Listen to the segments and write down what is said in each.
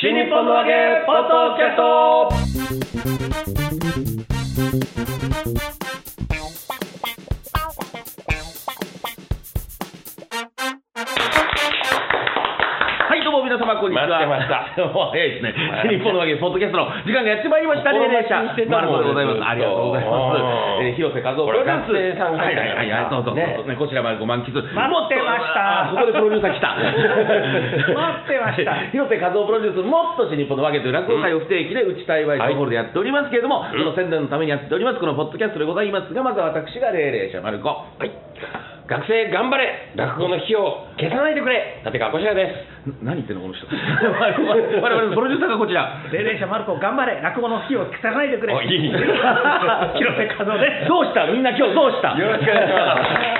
新日本の揚げポッドキャストはい、どうも皆様、こんにちは。待ってましたた。もう早いです ね。新日本の揚げポッドキャストの時間がやってまいりました。心ね待ちにしてた丸も子でごんざいます。ありがとうございますずっと。えー広瀬和夫ほプらロデュース。学生さんがは入いってはいはい。そうそうそう。ねね、こちらまでご満喫。待ってってましたここでプロデューサー来た。 待ってました広瀬和夫プロデュースもっとし日本のわけという落語会を不定期でうち幸いショーホールでやっておりますけれども、その宣伝のためにやっておりますこのポッドキャストでございますがまずは私が霊霊者丸子はい学生頑張れ落語の火を消さないでくれ立川こちらです何言ってんの この人我々のプロデューサーがこちら霊霊者マルコ頑張れ落語の火を消さないでくれおい い広瀬和夫 ですどうしたみんな今日どうしたよろしくお願いします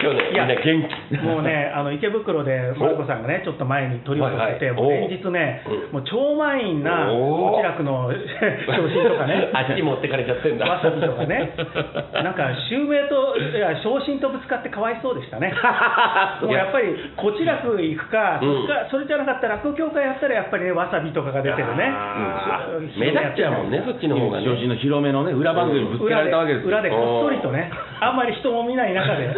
今日ねみんな元気もうねあの池袋でマルコさんがねちょっと前に取り戻してて、はいはいもう先日ねおもう超満員なおお気楽 の昇進とかねあっち持ってかれちゃってんだわさびとかねなんか襲名といや昇進とぶつかってかわいそうでした ねもうやっぱりこちらく行くか、うんそっかそれじゃなかったら落語協会やったらやっぱりねわさびとかが出てるねあーそう目立っちゃうもんねそっちの方がね昇進の広めのね裏番組にぶつけられ裏でたわけですよ裏でこっそりとね、あんまり人も見ない中 で、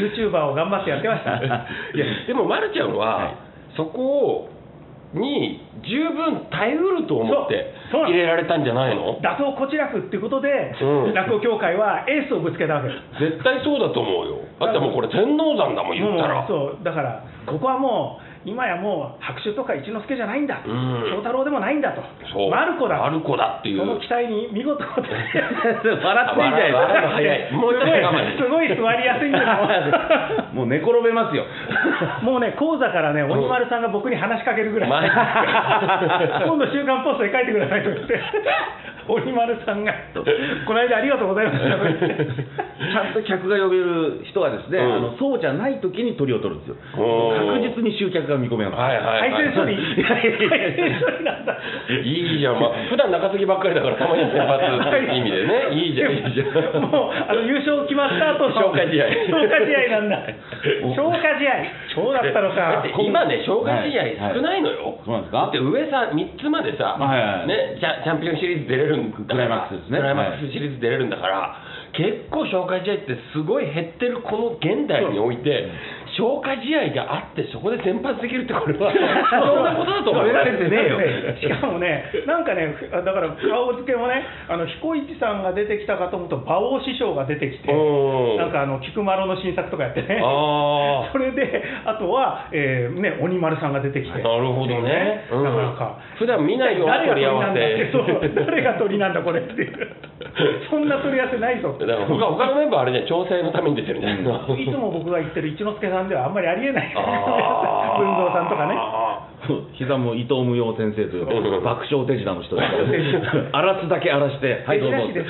YouTuber を頑張ってやってました。いやでもまるちゃんは、そこをに十分耐えうると思ってそうそうなの入れられたんじゃないの打倒こちらくっていうことで、うん落語協会はエースをぶつけたわけです。絶対そうだと思うよだってもうこれ天王山だもん言ったらもうそうだから、ここはもう、今やもう、白秋とか一之輔じゃないんだ、うん翔太郎でもないんだと、そうマルコだマルコだっていうその期待に見事応えて笑ってんじゃないです笑うのか早いもうちょっと我慢すごい、すごい座りやすいんですよ。 もう寝転べますよもうね、講座からね、鬼丸さんが僕に話しかけるぐらい、マジか今度、週刊ポストで書いてくださいと言って、鬼丸さんが、この間ありがとうございましたと言って、ちゃんと客が呼べる人はですね、うんあのそうじゃない時に鳥を取るんですよおー確実に集客が見込めます、はいはい、敗はい、戦処理、いやいやいや敗戦処理なんだ。いいじゃん、まあ、普段中継ぎばっかりだから、たまには先発って意味でね、いいじゃん、いいじゃん。もうあの優勝決まった後の消化試合消化試合なんだお消化試合そうだったのかだって今ね、消化試合少ないのよ。そうなんですだっかて上さ3つまでさ、はいはいね、チャチャンピオンシリーズ出れるんだからクライマックスですねクライマックスシリーズ出れるんだから、結構消化試合ってすごい減ってるこの現代において消化試合があってそこで先発できるってこれ はそんなことだと思う褒められてねえよ しかもね、なんかね、だから顔付けもね、あの彦一さんが出てきたかと思うと、馬王師匠が出てきて、うんなんかあの菊丸の新作とかやってね、あ それで、あとは、えーね、鬼丸さんが出てきあて、なるほどね、なかなか、普段見ないような誰が鳥取り合なわんだって、せそう誰が鳥なんだ、これっていう、 そんな取り合わせないぞだから他他のメンバーあれじゃん調整のために出てるんじゃない のいつも僕が言ってる一之輔さんではあんまりありえない、文あー蔵さんとかね。そう膝も伊藤無用先生という爆笑手品の人です 荒らすだけ荒らしてはいどうぞ珍しいです。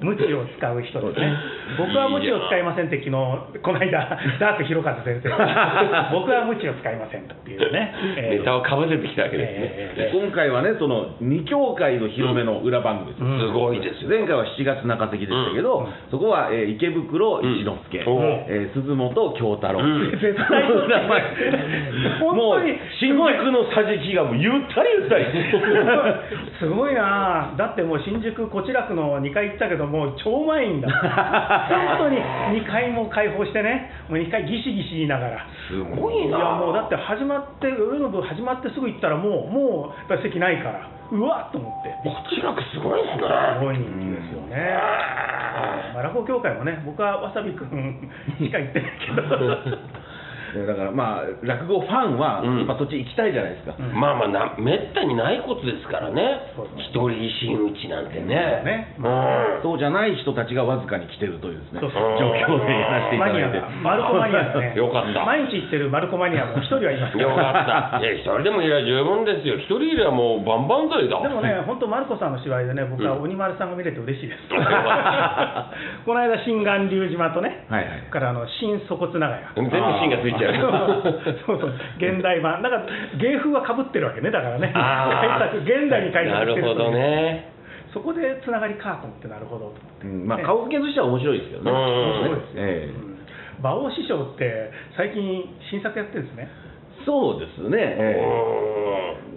無知を使う人ですね。僕は無知を使いませんって昨日この間ダーク広和先生が僕は無知を使いませんっていうね。えー ネタをかぶせてきたわけですね、えーえーえ 今回はねその2協会の広めの裏番組です、うんすごいですよ前回は7月中関でしたけど、そこは、えー池袋一之輔、うんえー鈴本京太郎、 うん絶対そうだね本もう当に新宿の桟敷がもうゆったりゆったりーすごいなあだってもう新宿こちらくの2階行ったけどもう超満員だ本当に2階も開放してねもう2階ギシギシ言いながらすすごごいいいなやもうだって始まって夜の部始まってすぐ行ったらもうもうやっぱり席ないからうわっと思ってこちらくすごいですすねごい人気ですよね、まあ、落語協会もね僕はわさびく んしか行ってないけどえー だからまあ落語ファンは、うんやっぱそっち行きたいじゃないですか、うんまあまあなめったにないことですからねそうそう一人真打ちなんてねねうんそうじゃない人たちがわずかに来てるというですねそうそう状況でやらせていたマニだアいてがマルコマニアがねよかった毎日行ってるマルコマニアも一人はいますかよらかったいや一人でもいれば十分ですよ一人いればもう万々歳だでもね本当マルコさんの芝居でね僕は鬼丸さんが見れて嬉しいです よかこの間新巌流島とね、はいはいからあの新粗骨長屋全部芯がついちゃ そううそう、現代版、だから芸風はかぶってるわけね、だからね、あ改作ー現代に改な作してるるほとどいうねそこでつながりかと思って、なるほどと思って、うんまあ、顔付けとしては面白いですけどね。うんそううですねええ馬王師匠って、最近、新作やってるんですね、そうですね、ええ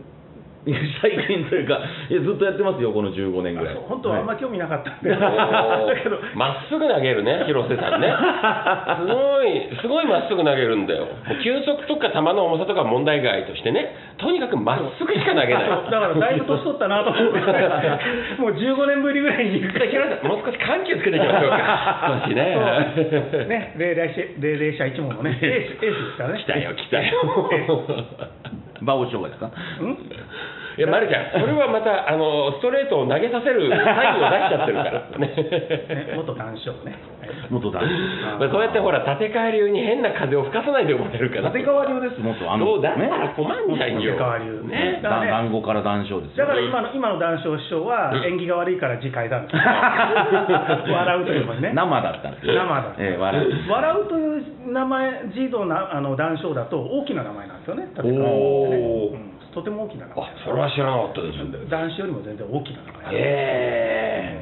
最近というかいやずっとやってますよこの15年ぐらいそう本当はあんま興味なかったんで、 おーだけどまっすぐ投げるね、広瀬さんね、すごい、すごいまっすぐ投げるんだよ、もう球速とか球の重さとか問題外としてね、とにかくまっすぐしか投げない、だからだいぶ年取ったなと思って、もう15年ぶりぐらいに、じゃあ広瀬 さん、もう少し緩急つけていきましょうか、少しね、ね、霊霊者一門のね、エースエースですからね。来たよ、来たよ。馬王障害ですかうんいや、まるちゃん、これはまた、あの、ストレートを投げさせるサインを出しちゃってるから。ね。ね元男将ね。元男子まあ、そうやってほら、立川流に変な風を吹かさないでもらえるから。立川流です元あのそうだから困んじゃんよ。立川流ね。だからね団子から談笑ですだよから今の今の男将師匠は縁起が悪いから次回だ。笑うというもんね。生だったんですよ生だったええ笑う笑うという名前、児童なあの男将だと大きな名前なんですよね。立川流おってーねうんとても大きな名あ前。、それは知らなかったです。男子よりも全然大きな名前。え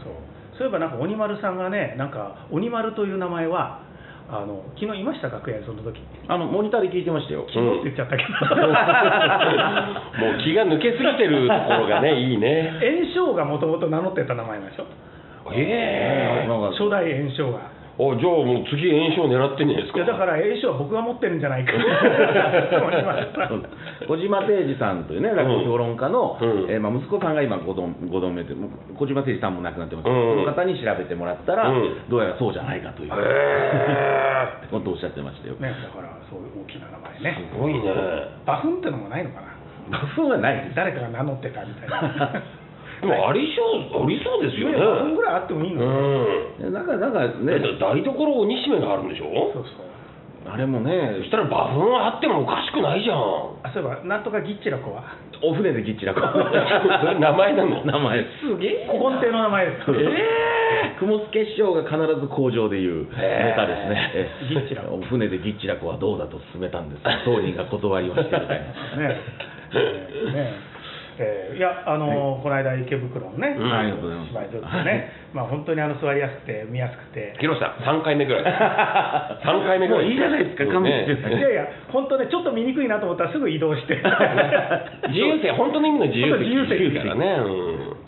そうそういえばなんか鬼丸さんがねなんか鬼丸という名前はあの昨日いました楽屋にその時あのモニターで聞いてましたよえうん。も言っちゃったけ どう気が抜けすぎてるところがね、いいね。炎章がもともと名乗ってた名前なんでしょええなんか初代炎章がお、じゃあもう次、炎症狙ってんじゃないですいやか。だから炎章は僕が持ってるんじゃない か鬼丸さん小島誠二さんというね、落語評論家の、うんえーまあ、息子さんが今5度、ご同盟で、もう小島誠二さんも亡くなってますけど、うんその方に調べてもらったら、うんどうやらそうじゃないかというへことをおっしゃってましたよ。ねだからそういう大きな名前ねえすごいね。バフンってのもないのかなバフンはないです。誰かが名乗ってたみたい なでもありそう、ありそうですよねね。バフンぐらいあってもいいのよ、うん。なんか、なんかだねっ、て台所鬼しめがあるんでしそょうそうあれもねそ、したら馬フンあってもおかしくないじゃん あそういえばなんとかギッチラ子はお船でぎっちらこ。それ名前なの 名前です。すげえ古今亭の名前ですえ雲助師匠が必ず工場で言うネタですね、えぎっちらこお船でぎっちらこはどうだと勧めたんですが当人が断りましたみたいな。ねえ、ねええーいや、あのーこの間、池袋のね、うんありがとうございます芝居場でね、まあ、本当にあの座りやすくて、見やすくて、広瀬さん3回目ぐらい3 回目ぐらいもういいじゃないですか勘弁してくだいやいや、本当ね、ちょっと見にくいなと思ったら、すぐ移動して、 ね、自由席本当の意味の自由席本当自由席からね、うん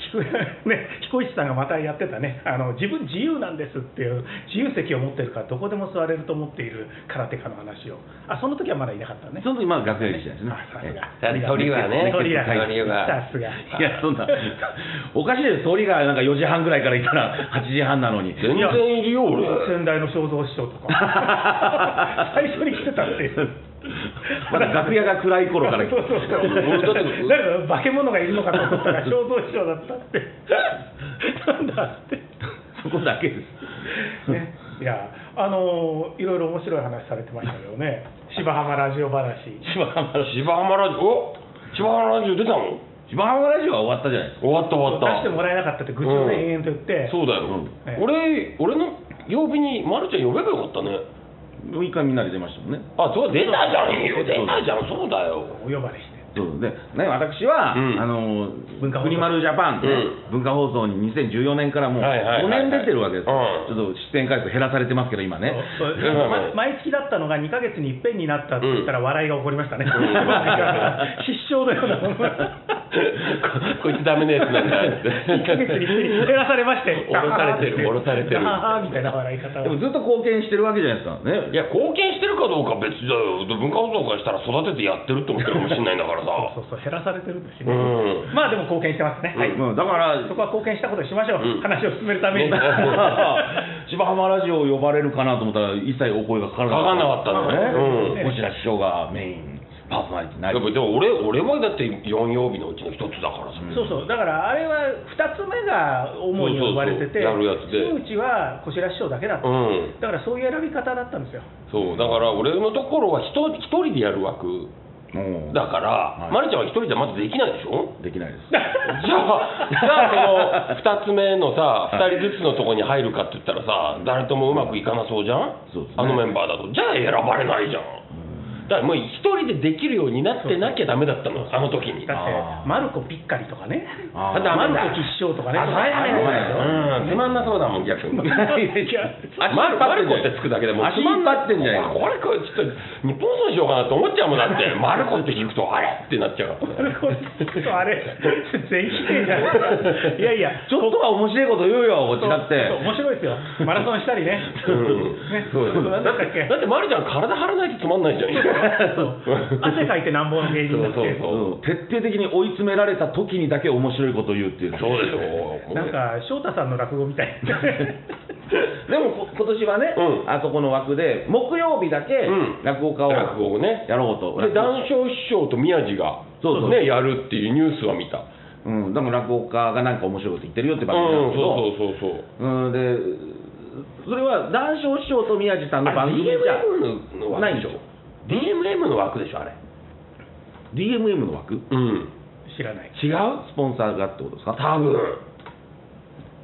彦市さんがまたやってたねあの、自分自由なんですっていう、自由席を持ってるから、どこでも座れると思っている空手家の話を、あその時はまだいなかったね。 その時まあ学生でしたしね。あさすがだって鳥はね鳥は鳥はさすがいやそんなおかしいです。総理がなんか4時半ぐらいからいたら8時半なのに。全然いるよ俺先代の肖像師匠とか最初に来てたっていう まだ楽屋が暗い頃から来てそうそうそう俺だってなんか化け物がいるのかと思ったら肖像師匠だったってなんだってそこだけです。ねいやあのーいろいろ面白い話されてましたけどね芝浜ラジオ話芝浜ラジ芝浜ラジオお芝浜ラジオ出たのオ芝浜ラジオは終わったじゃないですか。終わった終わ出ったしてもらえなかったって愚痴をね延々と言って、そうだよ、うん俺俺の曜日にまるちゃん呼べばよかったねもう一回みんなで出ましたもんね。あそう出たじゃんよ出たじゃんそうだよお呼ばれしてそうでね、私は、うんあの文化放送国丸ジャパン、うん文化放送に2014年からもうはいは5いはいは年い出てるわけですよ、うんちょっと出演回数減らされてますけど、今ね、そううんま毎月だったのが2か月にいっぺんになったって言ったら笑いが起こりましたね、失笑のようなものが ここいつダメなやつなんだ って1ヶ月に減らされまして、降ろされてる降ろされてるああみたいな笑い方でもを。ずっと貢献してるわけじゃないですか、ねいや貢献してるかどうかは別だよ文化放送からしたら育ててやってるって思ってるかもしれないんだからそ さうそう、減らされてるんですうね。んまあでも貢献してますね。はい。うんだから、そこは貢献したことにしましょうんう。話を進めるために。ね芝浜ラジオ呼ばれるかなと思ったら、一切お声がかか分からんななかかっったんだたよね、うんね、星名師匠がメインパーソナリティになやりっぱ、でも俺俺はだって4曜日のうちの一つだからさ、そうそう、だからあれは2つ目が主に呼ばれてて、そうそうそうやるやつで真打ちは小白師匠だけだった。うんだからそういう選び方だったんですよ。そうだから俺のところは一人一人でやる枠もうだから、はいまるちゃんは一人じゃまずできないで しょできないです。じゃあ、じゃあその2つ目のさ、2人ずつのとこに入るかって言ったらさ、誰ともうまくいかなそうじゃん、そうですねあのメンバーだと、じゃあ選ばれないじゃん。だからもう一人でできるようになってなきゃダメだったの、あの時に。だってあーマルコピッカリとかねあーだってマルコ吉祥とかねあ、大変だよ。うん、つまんなそうだもん、逆に。マルマルコってつくだけでもう足引っ張ってんじゃないこれこれちょっと日本損しようかなと思っちゃうもんだってマルコって聞くとあれってなっちゃう かマらルコ吉祥あれ全否定じゃないいやいやちょっとは面白いこと言うよこっちそうだってそう面白いですよマラソンしたりねうんねそうですなんだったっけだってマルちゃん体張らないとつまんないじゃん汗かいてなんぼの芸人だってそうそうそううん徹底的に追い詰められた時にだけ面白いこと言うっていうそうでしょなんか翔太さんの落語みたいでもこ今年はね、うんあそこの枠で木曜日だけうん落語家を落語をねやろうと、で談笑師匠と宮治がそうそうねやるっていうニュースは見たうん、でも落語家がなんか面白いこと言ってるよってう番組なんんですけど、そうそうそうそううん、でそれは談笑師匠と宮治さんのあ番組じゃ DMM の枠でしょない DMM DMM の枠でしょあれの枠違ううん知らない違うスポンサーがってことですか多分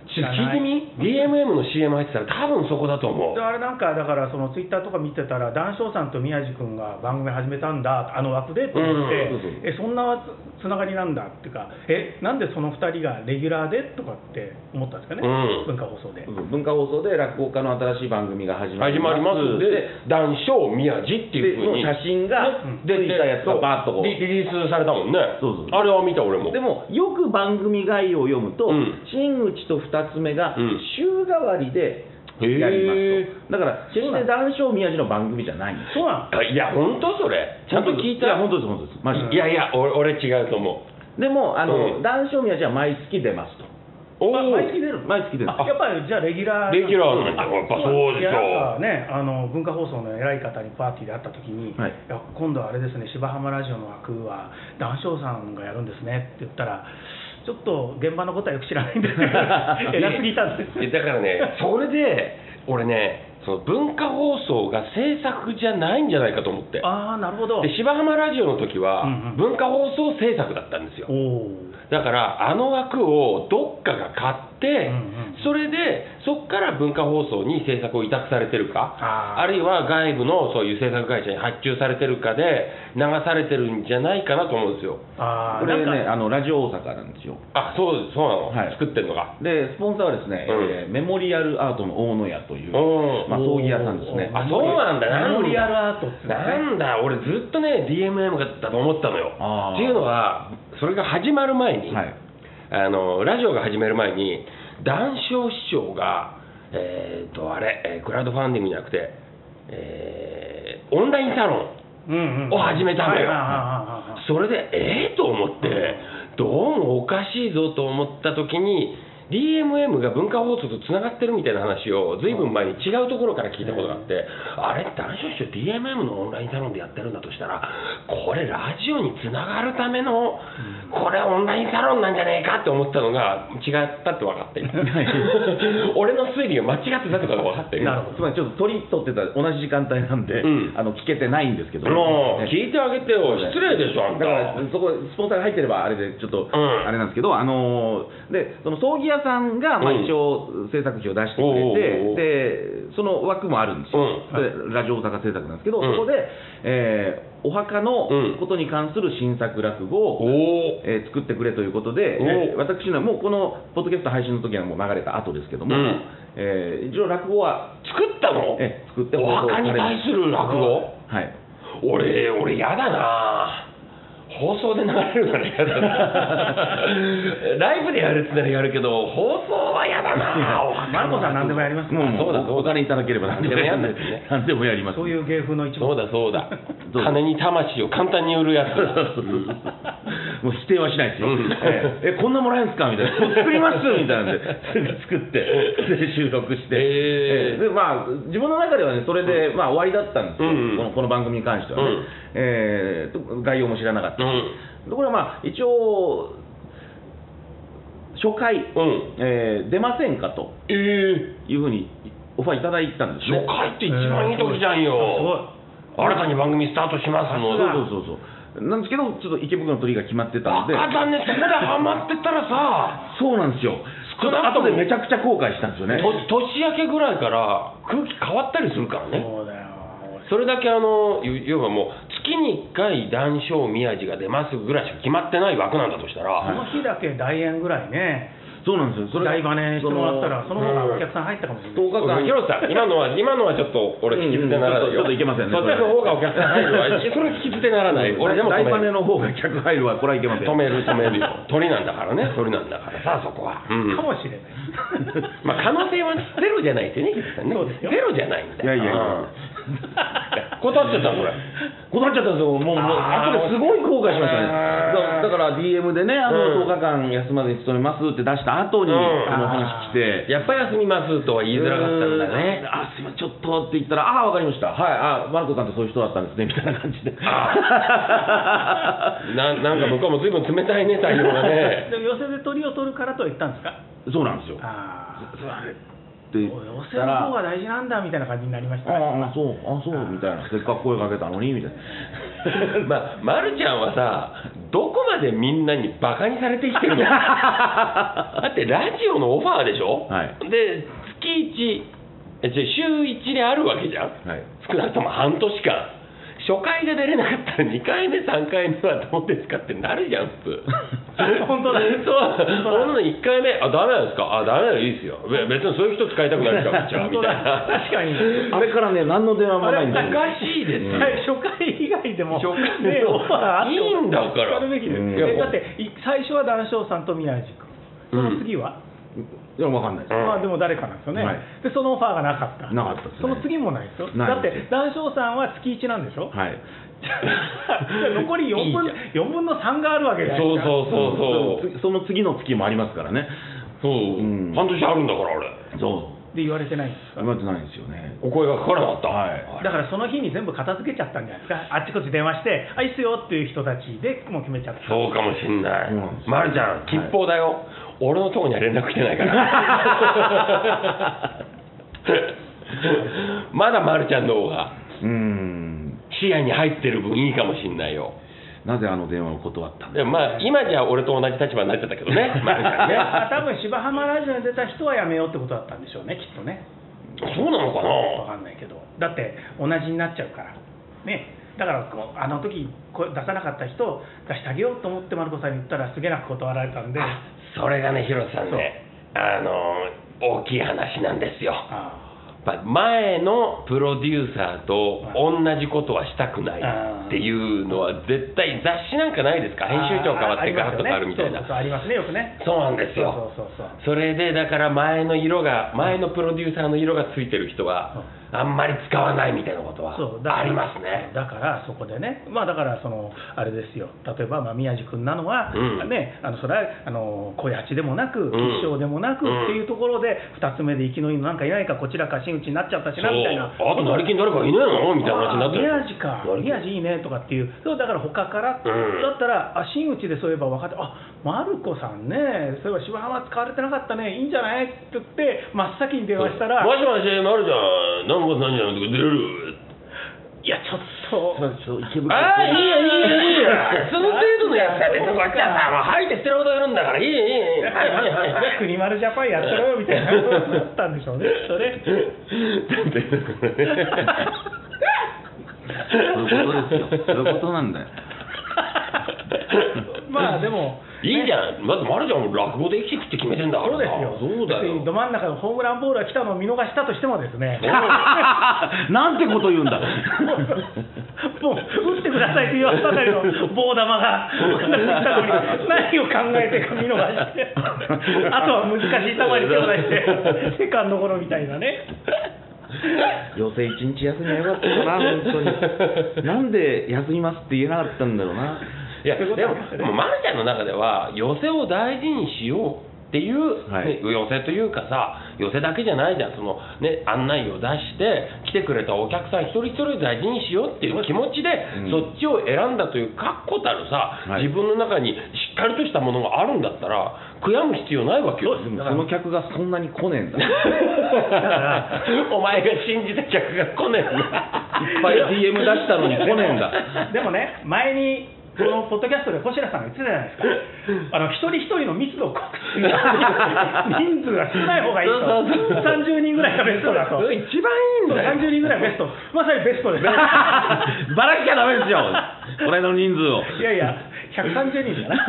知ら聞ないてみ DMM の CM 入ってたら多分そこだと思うであれなんかだからそのツイッターとか見てたら談笑さんと宮治君が番組始めたんだあの枠でと思って、うんそうそうえそんなつつながりなんだっていうかえなんでその2人がレギュラーでとかって思ったんですかね、う文ん化放送で、そうそう文化放送で落語家の新しい番組が始まり始まりますでで談笑宮治っていでうふうにもう写真がうんついたやつがバーッとこうリリリースされたもんねそうそうあれは見た俺もでもよく番組概要を読むと、うん真打ちと二つ目がうん週替わりでやりますと、だから決して談笑宮治の番組じゃないんですそうなんあいや本当それちゃんと聞いたや本当です本当ですマジでいやいや俺俺違うと思うでもあの、うん談笑宮治は毎月出ますとおまー毎月出るの毎月出るあやっぱりじゃあレギュラーレギュラーなんあだやっぱそうでしょいやなんかねあの文化放送の偉い方にパーティーで会った時に、はいや今度はあれですね芝浜ラジオの枠は談笑さんがやるんですねって言ったらちょっと現場のことはよく知らないんですけ ど偉すぎたんですえだか らねそれで俺ねその文化放送が制作じゃないんじゃないかと思ってああなるほどで芝浜ラジオの時はうんうん文化放送制作だったんですよおおーだからあの枠をどっかが買って、うんうんそれでそこから文化放送に制作を委託されてるかああーるいは外部のそういう制作会社に発注されてるかで流されてるんじゃないかなと思うんですよああこれなんかねあのラジオ大阪なんですよあそうそうなの、はい作ってるのがでスポンサーはですね、うんえーメモリアルアートの大野屋という、うんまあ、葬儀屋さんですねあそうなんだなメモんリアだルアートっつうのね なんだ俺ずっとね DMM だと思ったのよあーっていうのはそれが始まる前に、はいあのラジオが始める前に談笑師匠がえっ、とあれ、えークラウドファンディングじゃなくて、えーオンラインサロンうんうんを始めたのはいはいよはいはいはいそれでええと思ってどうもおかしいぞと思った時に DMM が文化放送とつながってるみたいな話をずいぶん前に違うところから聞いたことがあって、あれ、男子師匠、DMM のオンラインサロンでやってるんだとしたら、これ、ラジオにつながるための、これ、オンラインサロンなんじゃねえかって思ったのが、違ったって分かってる、 俺の推理が間違ってたってことが分かってる。なるほどつまりちょっと取り取ってた同じ時間帯なんで、うんあの聞けてないんですけどもうね聞いてあげてよ、失礼でしょ、あんだた。からそこスポンサーが入ってればあれでちょっと、んあれなんですけどあのーでその葬儀屋さんがまあうん一応制作費を出してくおうおうおうれて、でその枠もあるんですよ、うでラジオ大阪制作なんですけど、うんそこで、えーお墓のうんことに関する新作落語を、おーえー作ってくれということで、えーお私のはもうこのポッドキャスト配信の時はもう流れた後ですけども、うんえー一応落語は、作ったのええ作ってお墓に対する落語はい、俺俺やだな放送で流れるならや だなライブでやるってならやるけど放送はやだなお墓のマルコさん何でもやりますもうあそうだそうだお金いただければ何でもやりますね何でもやりますそういう芸風の一部そうだそうだ どうぞ金に魂を簡単に売るやつだ もう否定はしないですよ、うんええこんなもらえんすかみたい な、作りますみたいなんで、すぐ作って、で収録して、へーえでまあ、自分の中ではね、それで、まあ、終わりだったんですよ、うんうんこのこの番組に関してはね、うんえーと概要も知らなかったし、うところが、まあ、一応、初回、んうんえー出ませんかとええいうふうにオファーいただいたんです初ね。回って一番いい時じゃんよ、新たに番組スタートしますそのうそうそうそうなんですけど、ちょっと池袋の鳥が決まってたんバで、カだねそこでハマってたらさそうなんですよ。少なくともちょっと後でめちゃくちゃ後悔したんですよね。と年明けぐらいから空気変わったりするからねそうだよそれだけあのい要はもう月に1回談笑宮治が出ますぐらいしか決まってない枠なんだとしたら、その日だけ大円ぐらいね、そうなんですよ。それ大バネしてもらったら、その方がおうん客さん入ったかもしれ10日ない。間広瀬さん、今 のは、今のはちょっと俺、聞き捨てならないうんよ、うんちょっとちょっといけませんねそっちの方がお客さん入 るわ、それは聞き捨てならない、俺でも大止パめネるの方が客入るわ、これはいけません。止める、止めるよ、 鳥なんだからね、鳥なんだからさ、そこは。うんかもしれない。まあ、可能性はゼロじゃないってね、広瀬さんねそうですよゼロじゃないんだいやいやいやうん断っちゃったの、これ。断っちゃったんですよ、もう、もうあー後ですごい後悔しましたねあー、だだから DM でね、あうんの10日間休まずに勤めますって出した後に、うんあの話来て、やっぱり休みますとは言いづらかったんだね。うーんあ、すいません、ちょっとって言ったら、ああ、わかりました、はい、あマルコさんってそういう人だったんですね、みたいな感じで。ななんか向こうも随分冷たいね、対応がね。 でも寄せで鳥を取るからとは言ったんですか そうなんですよ。っああ、て言寄っせたらの方が大事なんだみたいな感じになりましたね。。ああそうあそうみたいなせっかく声かけたのにみたいなまあ、ま、るちゃんはさ、どこまでみんなにバカにされてきてるのだってラジオのオファーでしょ、はいで、月1、え違う週1であるわけじゃん、はい少なくとも半年間。初回で出れなかったら2回目、3回目はどうですかってなるじゃん、普通本当だ そう、そんなの1回目、あ、ダメなんですか、あ、ダメならいいですよ。べ別にそういう人使いたくないから、 じゃあ、みたいな。確かに。あれからね何の電話もないんでおかしいですよ。初回以外でも、初回ね、オファーあってもいいんだから叱るべきですうんえだって、い最初は談笑さんと宮治君、その次は、いやわかんないですうんまあでも誰かなんですよね、はいでそのオファーがなかった、なかったですねその次もないですよ、ないだって談笑さんは月1なんでしょ、はいじゃあ 残り4分いい4分の3があるわけじゃないそでうすか。そうそうそう。その次の月もありますからねそう、うん半年あるんだから、あれ。そで言われてないんですうかうまくないんですよねお声がかからなかった。はいだからその日に全部片付けちゃったんじゃないですか、あっちこっち電話して、あ、いいっすよっていう人たちでもう決めちゃった。そうかもしんない。そうなんですよまるちゃん、吉報だよ。俺のとこには連絡来てな いから。まだまるちゃんの方がうーん視野に入ってる分いいかもしんないよ。なぜあの電話を断ったんだでもまあ、今じゃ俺と同じ立場になっちゃったけ どね、まるちゃんね。あ多分芝浜ラジオに出た人はやめようってことだったんでしょうね、きっとね、そうなのかなわかんないけど、だって同じになっちゃうから、ね、だからこうあの時こう出さなかった人を出してあげようと思って、マルコさんに言ったら、すげえなく断られたんで、あそれがね、広瀬さんね、あの大きい話なんですよ。あやっぱ前のプロデューサーと同じことはしたくないっていうのは絶対雑誌なんかないですか編集長変わってガラッと変わるみたいなあありますよね、そうそうそうありますね、よくね、そうなんですよそうそうそうそうそれでだから前の色が前のプロデューサーの色がついてる人はあんまり使わないみたいなことはそうだからありますねだからそこでね、まあ、だからそのあれですよ、例えばまあ宮治君なのは、うんね、あのそれはあの小八でもなく、ん吉祥でもなく、うんっていうところで、2つ目で生きのいいのなんかいないか、こちらか真打ちになっちゃったしそうなみたいな。あと成金誰かいねえのみたいな話になってるあー宮治か、宮治いいねとかっていう、そうだから他から、うんだったら、あ真打ちでそういえば分かって、あマルコさんね、そういえば芝浜使われてなかったね、いいんじゃないって言って、真っ先に電話したら、もしもしまるちゃん何も何じゃなくて出れるいや、ちょっと。そう池袋ああ、いいよ、いいよ、いいよ。 その程度のやつだって、そこうかっちはさ、もう吐いて捨てるほどいるんだから、いいよ、いいよ、いいよ。はい、はい、はいはい。国丸ジャパンやってろよみたいなことだったんでしょうね、それ。そういうことですよそういうことなんだよまあでも、いいじゃん、まず、まるちゃんも落語で生きてくって決めてんだからそうですよ、さそうだ別によ。ど真ん中のホームランボールが来たのを見逃したとしてもですね、なんてこと言うんだ もう、打ってくださいと言われたんだけど、棒玉が 来たのに、何を考えてか見逃 して、あとは難しい球に手を出して、セカンドゴロみたいなね。寄せ一日休みはよかったかな本当になんで休みますって言えなかったんだろうないや、でも、でもまるちゃんの中では、寄せを大事にしよう。っていう、はいね寄せというかさ寄せだけじゃないじゃんその、ね、案内を出して来てくれたお客さん一人一人大事にしようっていう気持ちで、うんそっちを選んだという確固たるさ、はい自分の中にしっかりとしたものがあるんだったら悔やむ必要ないわけよでもその客がそんなに来ねえんだいっ お前が信じた客が来ねえんだ ぱい DM 出したのに来ねえんだでもね、前にこのポッドキャストで星名さんが言ってたじゃないですか、あの一人一人の密度を濃くす る人数が少ない方がいいと、そうそうそう30人ぐらいがベストだと、一番いいんだよ30人ぐらいがベスト、まさにベストです。 ばらしちゃダメですよこれの人数をいやいや、130人かな。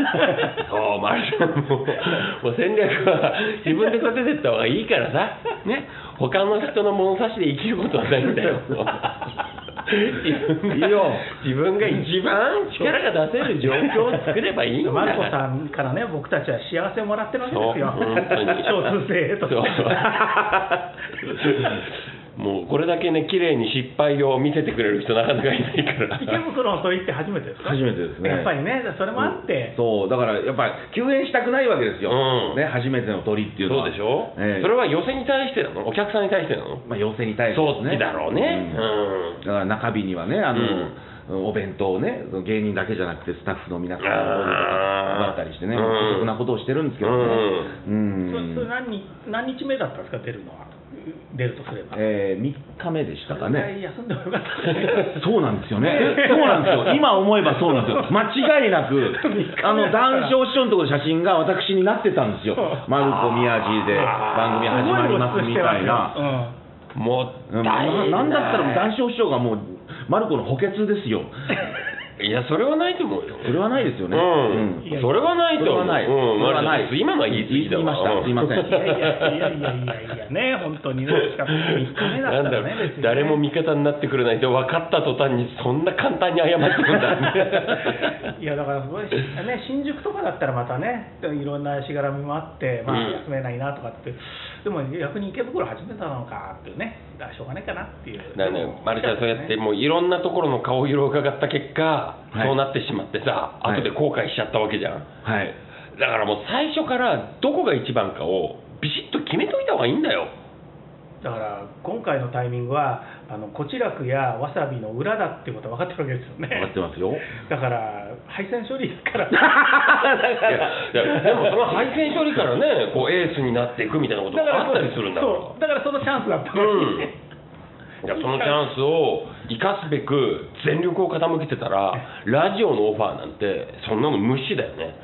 そうマルシャンももう戦略は自分で立ててった方がいいからさね他の人の物差しで生きることはないんだよ自分がいいよ自分が一番力が出せる状況を作ればいいんだマルコさんからね、僕たちは幸せをもらってるわけですよ、そう本当に少数精鋭としてそうもうこれだけね綺麗に失敗を見せてくれる人なかなかいないか ら池袋の鳥って初めてですか、初めてですねやっぱりね、それもあって、そうだからやっぱり休園したくないわけですよ、うんね、初めての鳥っていうのそはうでしょ、ええそれは寄せに対してなのお客さんに対してなのまあ、要請に対してそうだろうねうんだから中日にはねあの、お弁当をねその芸人だけじゃなくてスタッフの皆さんも配あーったりしてねうん不足なことをしてるんですけどねうそんそれ何日何日目だったんですか、出るのは、出るとすれば。えー、3日目でしたかね一回休んでもよか ったですねそうなんですよね、そうなんですよ、今思えばそうなん ですよ、間違いなく、あの談笑師匠のところの写真が私になってたんですよそ、うマルコ・宮治で番組始まりますみたいな。うんもうん、ったいないなんだったらもう談笑師匠がもうマルコの補欠ですよいやそれはないと思うよそれはないですよね、ううんんいやそれはないそとれ思うはない、うんそれはまあない今のは言い過ぎだ言いましたわすいませんいやいやいやいやいやいやね、本当にね、しかも3日目だなっんただらろうね、別にね誰も味方になってくれないと分かった途端にそんな簡単に謝ってくん だいやだからすごいし、ね、新宿とかだったらまたね、いろんなしがらみもあって、まうんあ、休めないなとかって、でも逆に池袋初めてなのかっていうね、だからしょうがないかなっていう。だからねマルちゃんそうやってもういろんなところの顔色を伺った結果、いそうなってしまってさはい後で後悔しちゃったわけじゃん、はいだからもう最初からどこが一番かをビシッと決めといた方がいいんだよだから今回のタイミングは、あのこちらくやわさびの裏だってことは分かってるわけですよね。分かってますよだから、配線処理です から、いやいやでもその配線処理からねこうエースになっていくみたいなことがあったりするんだからそうだからそのチャンスだったうんいやそのチャンスを生かすべく全力を傾けてたらラジオのオファーなんてそんなの無視だよね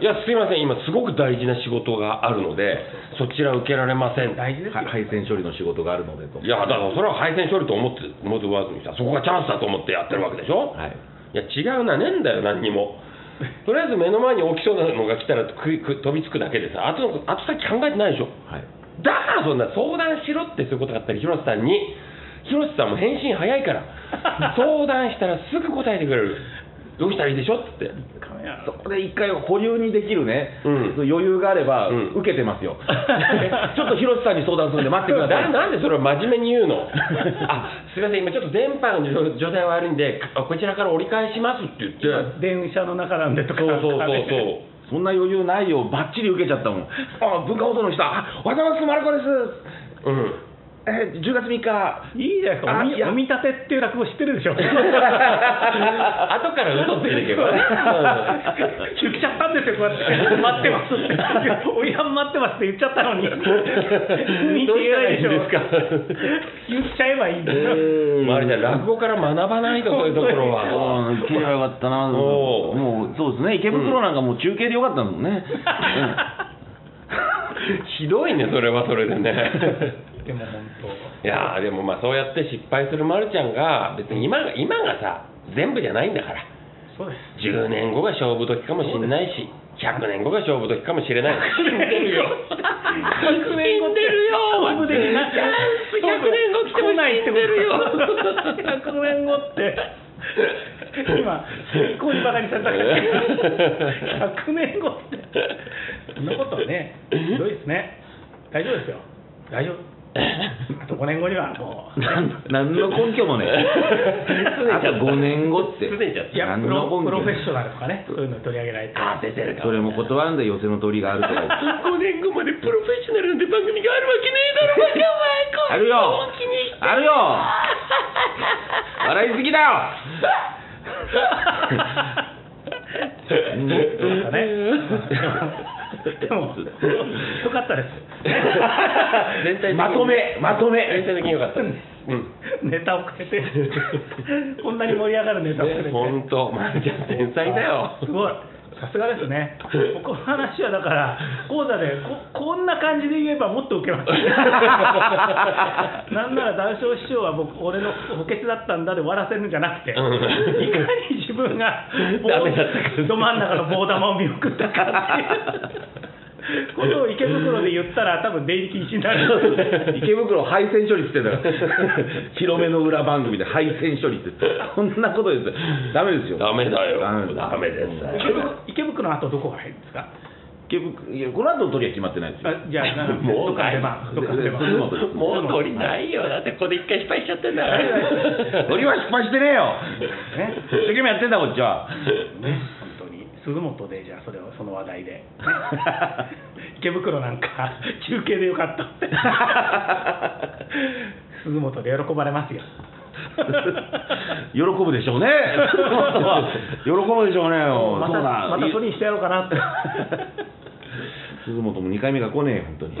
いやすいません今すごく大事な仕事があるのでそちら受けられません大事ですよ、は配線処理の仕事があるのでといやだからそれは配線処理と思って思ってわずにさそこがチャンスだと思ってやってるわけでしょ、はいいや違うなねえんだよ何にもとりあえず目の前に起きそうなのが来たらくいく飛びつくだけでさ後の後先考えてないでしょはいだからそんな相談しろってそういうことがあったり広瀬さんに広瀬さんも返信早いから 相談したらすぐ答えてくれるどうしたらいいでしょっつってカメラそこで一回保留にできるね、うんそう余裕があれば、うん受けてますよちょっと広瀬さんに相談するんで待ってくださないなんでそれを真面目に言う のあすいません今ちょっと電波の状状態悪いんであこちらから折り返しますって言って電車の中なんでとか、そうそうそうねそうそんな余裕ないよバッチリ受けちゃったもんあ文化放送の人あおはようございますマルコです うんえー10月3日いいじゃないですか、おあみいやお見立てっていう落語知ってるでしょ、出後から嘘ついてけばね来ちゃったんですよ、こうやって、待ってますって、おいやん待ってますって言っちゃったのに、見て言えないでしょ、言っちゃえばいいんだよ、うんまるちゃん落語から学ばないとこういうところはああ、行けばよかったな、おうもうそうですね、池袋なんかもう中継でよかったもんね、ひどいねそれはそれでねでも本いやーでもまあそうやって失敗するまるちゃんが別に今が今がさ全部じゃないんだから当、そうです。 10年後が勝負時かもしれないし100年後が勝負時かかもしれない死んでるよ死んでるよ勝負できないチャンス100年後来ても死んでるよ100年後って今最高にバカにされたから100年後ってそんなことはねひどいですね大丈夫ですよ大丈夫あと5年後にはも うなん何の根拠もね、あと5年後って、すねちゃったいや何プのロプ根拠ロもフェッショナルとかねそういうの取り上げられてあ出てるかそれも断るんだよ、寄せの鳥があるとか。 5年後までプロフェッショナルなんて番組があるわけねえだろバカあるよお前こんな本気にしてあるよ笑いすぎだよそうだね で もよかったです全体的にまとめまとめ全体的に良かったですうん ネタをくれて、こんなに盛り上がるネタをくれて。本当、まるちゃん天才だよ。すごい。さすがですね。この話はだから、講座でここんな感じで言えばもっと受けます。 なんなら談笑師匠は僕俺の補欠だったんだで終わらせるんじゃなくて、いかんに自分が棒 ダメだったかど真ん中の棒玉を見送ったかっていう ことを池袋で言ったら多分出入り禁止になる。池袋配線処理って言ってんだから、広めの裏番組で配線処理って、こんなことですよ、ダメですよ、ダメだよ。ダメだダメです。池袋池袋の後どこが入るんですか。池袋いやこの後の取りは決まってないですよ、あじゃあなんかもどうっか出番どっか出番でででもう取りないよ。だってここで一回失敗しちゃっ てんだから。取りは失敗してねえよ、ね一生懸命やってんだ、こっち は。ね、本当に鈴本でじゃあそれをその話題 で池袋なんか中継でよかったって 鈴本で喜ばれますよ喜ぶでし ょうね。喜ぶでしょうね。もうまそうただまた取りにしてやろうかなって 鈴本も2回目が来ねえよ、本当 に。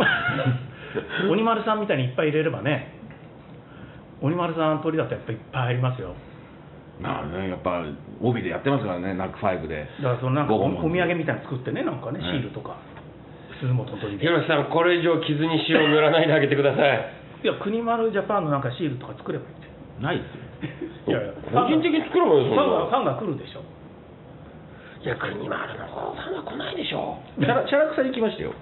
鬼丸さんみたいにいっぱい入れればね鬼丸さん鳥だとやっぱいっぱい入りますよまあね、やっぱ帯でやってますからね、ナックファイブで。だからそのなんかおお午後土も産みたいなの作ってねなんかねねシールとか、鈴本鳥でひろしさん、これ以上傷に塩を塗らないであげてください。いや国丸ジャパンのなんかシールとか作ればいいってないですよ。いやいや個人的に作ろうよ、ファそんンがフな。ァンが来るでしょいや、国もあるの。ファンは来ないでしょ。チャラチャラくさに来ましたよ。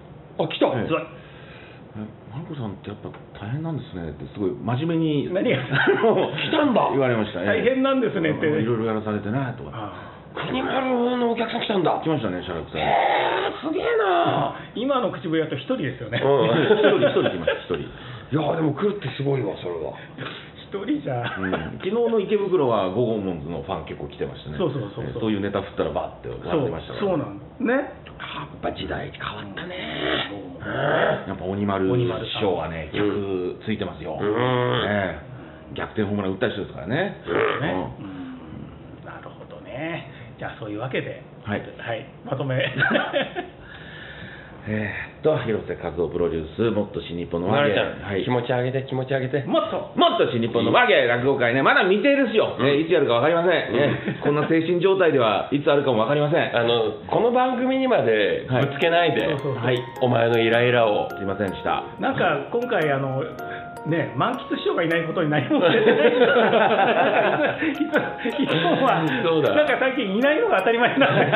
あ、来た。ええつらいえマルコさんってやっぱ大変なんですねってすごい真面目に何 があの来たんだ言われましたね大変なんですねってあのいろいろやらされてねとかあ国丸のお客さん来たんだ。来ましたねシャラクさんえー、すげえな。あ今の口笛だと一人ですよねうん一人一人来ました一人いや、でも来るってすごいわ、それは。一人じゃ、うん昨日の池袋はゴゴモンズのファン結構来てましたねそうそうそうそうえそういうネタ振ったらバーって笑そっうてましたからそうなんねやっぱ時代変わったね。やっぱ鬼丸鬼丸さん師匠はねう客ついてますよ、うんええ逆転ホームラン打った人ですからね、ねうんうんなるほどねじゃあそういうわけではいはい、まとめ えーっと広瀬和夫プロデュースもっと新日本のま和る芸ちゃん、はい気持ち上げて、気持ち上げて。もっともっと新日本の和芸落語会ね、まだ未定ですよ、ねいつやるか分かりません、ね、こんな精神状態ではいつあるかも分かりません、あの、この番組にまではいぶつけないで、そうそうそうはい、お前のイライラを。すいませんでした、なんか今回あのね満喫師匠がいないことに何も触れてないいついつもはそうだなんか最近いないのが当たり前なんで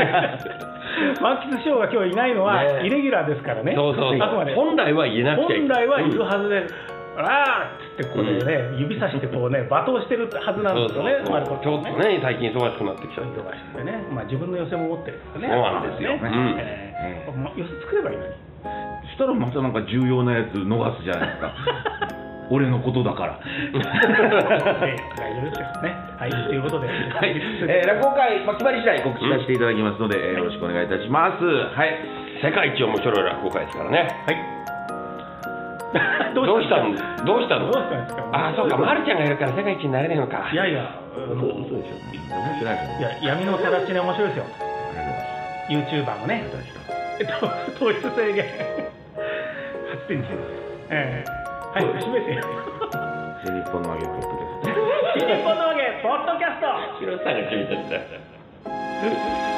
満喫師匠が今日いないのはねイレギュラーですからねそうそうそうあくまで本来は言えなくちゃ本いけな来いはいるはずです、あーっつってここでね、指さしてこうね罵倒してるはずなんですよねそうそうそうマルコちょっとね、最近忙しくなってきたんで。忙しくてね、まあ、自分の寄せも持ってるからねそうなんですよねうんえーまあ寄せ作ればいいのにそしたらまたなんか重要なやつ逃すじゃないです か、俺のことだから。ええ大丈夫ですよねはいということで、はい、えー落語会、まあ、決まり次第告知させていただきますので、えーよろしくお願いいたします。はい世界一面白い落語会ですからね。はいどうしたのどうしたどのうしたんですかあ、そうか、まるちゃんがいるから世界一になれないのか。いやいやあそうのそうですよ面白いですよいや闇の手立ちね面白いですよありがとうございます YouTuber もねえっと統一制限発展中えー、はい締めて新日本の和芸ポッドキャスト新日本のわけポッドキャストヒロシさんが決めちゃった。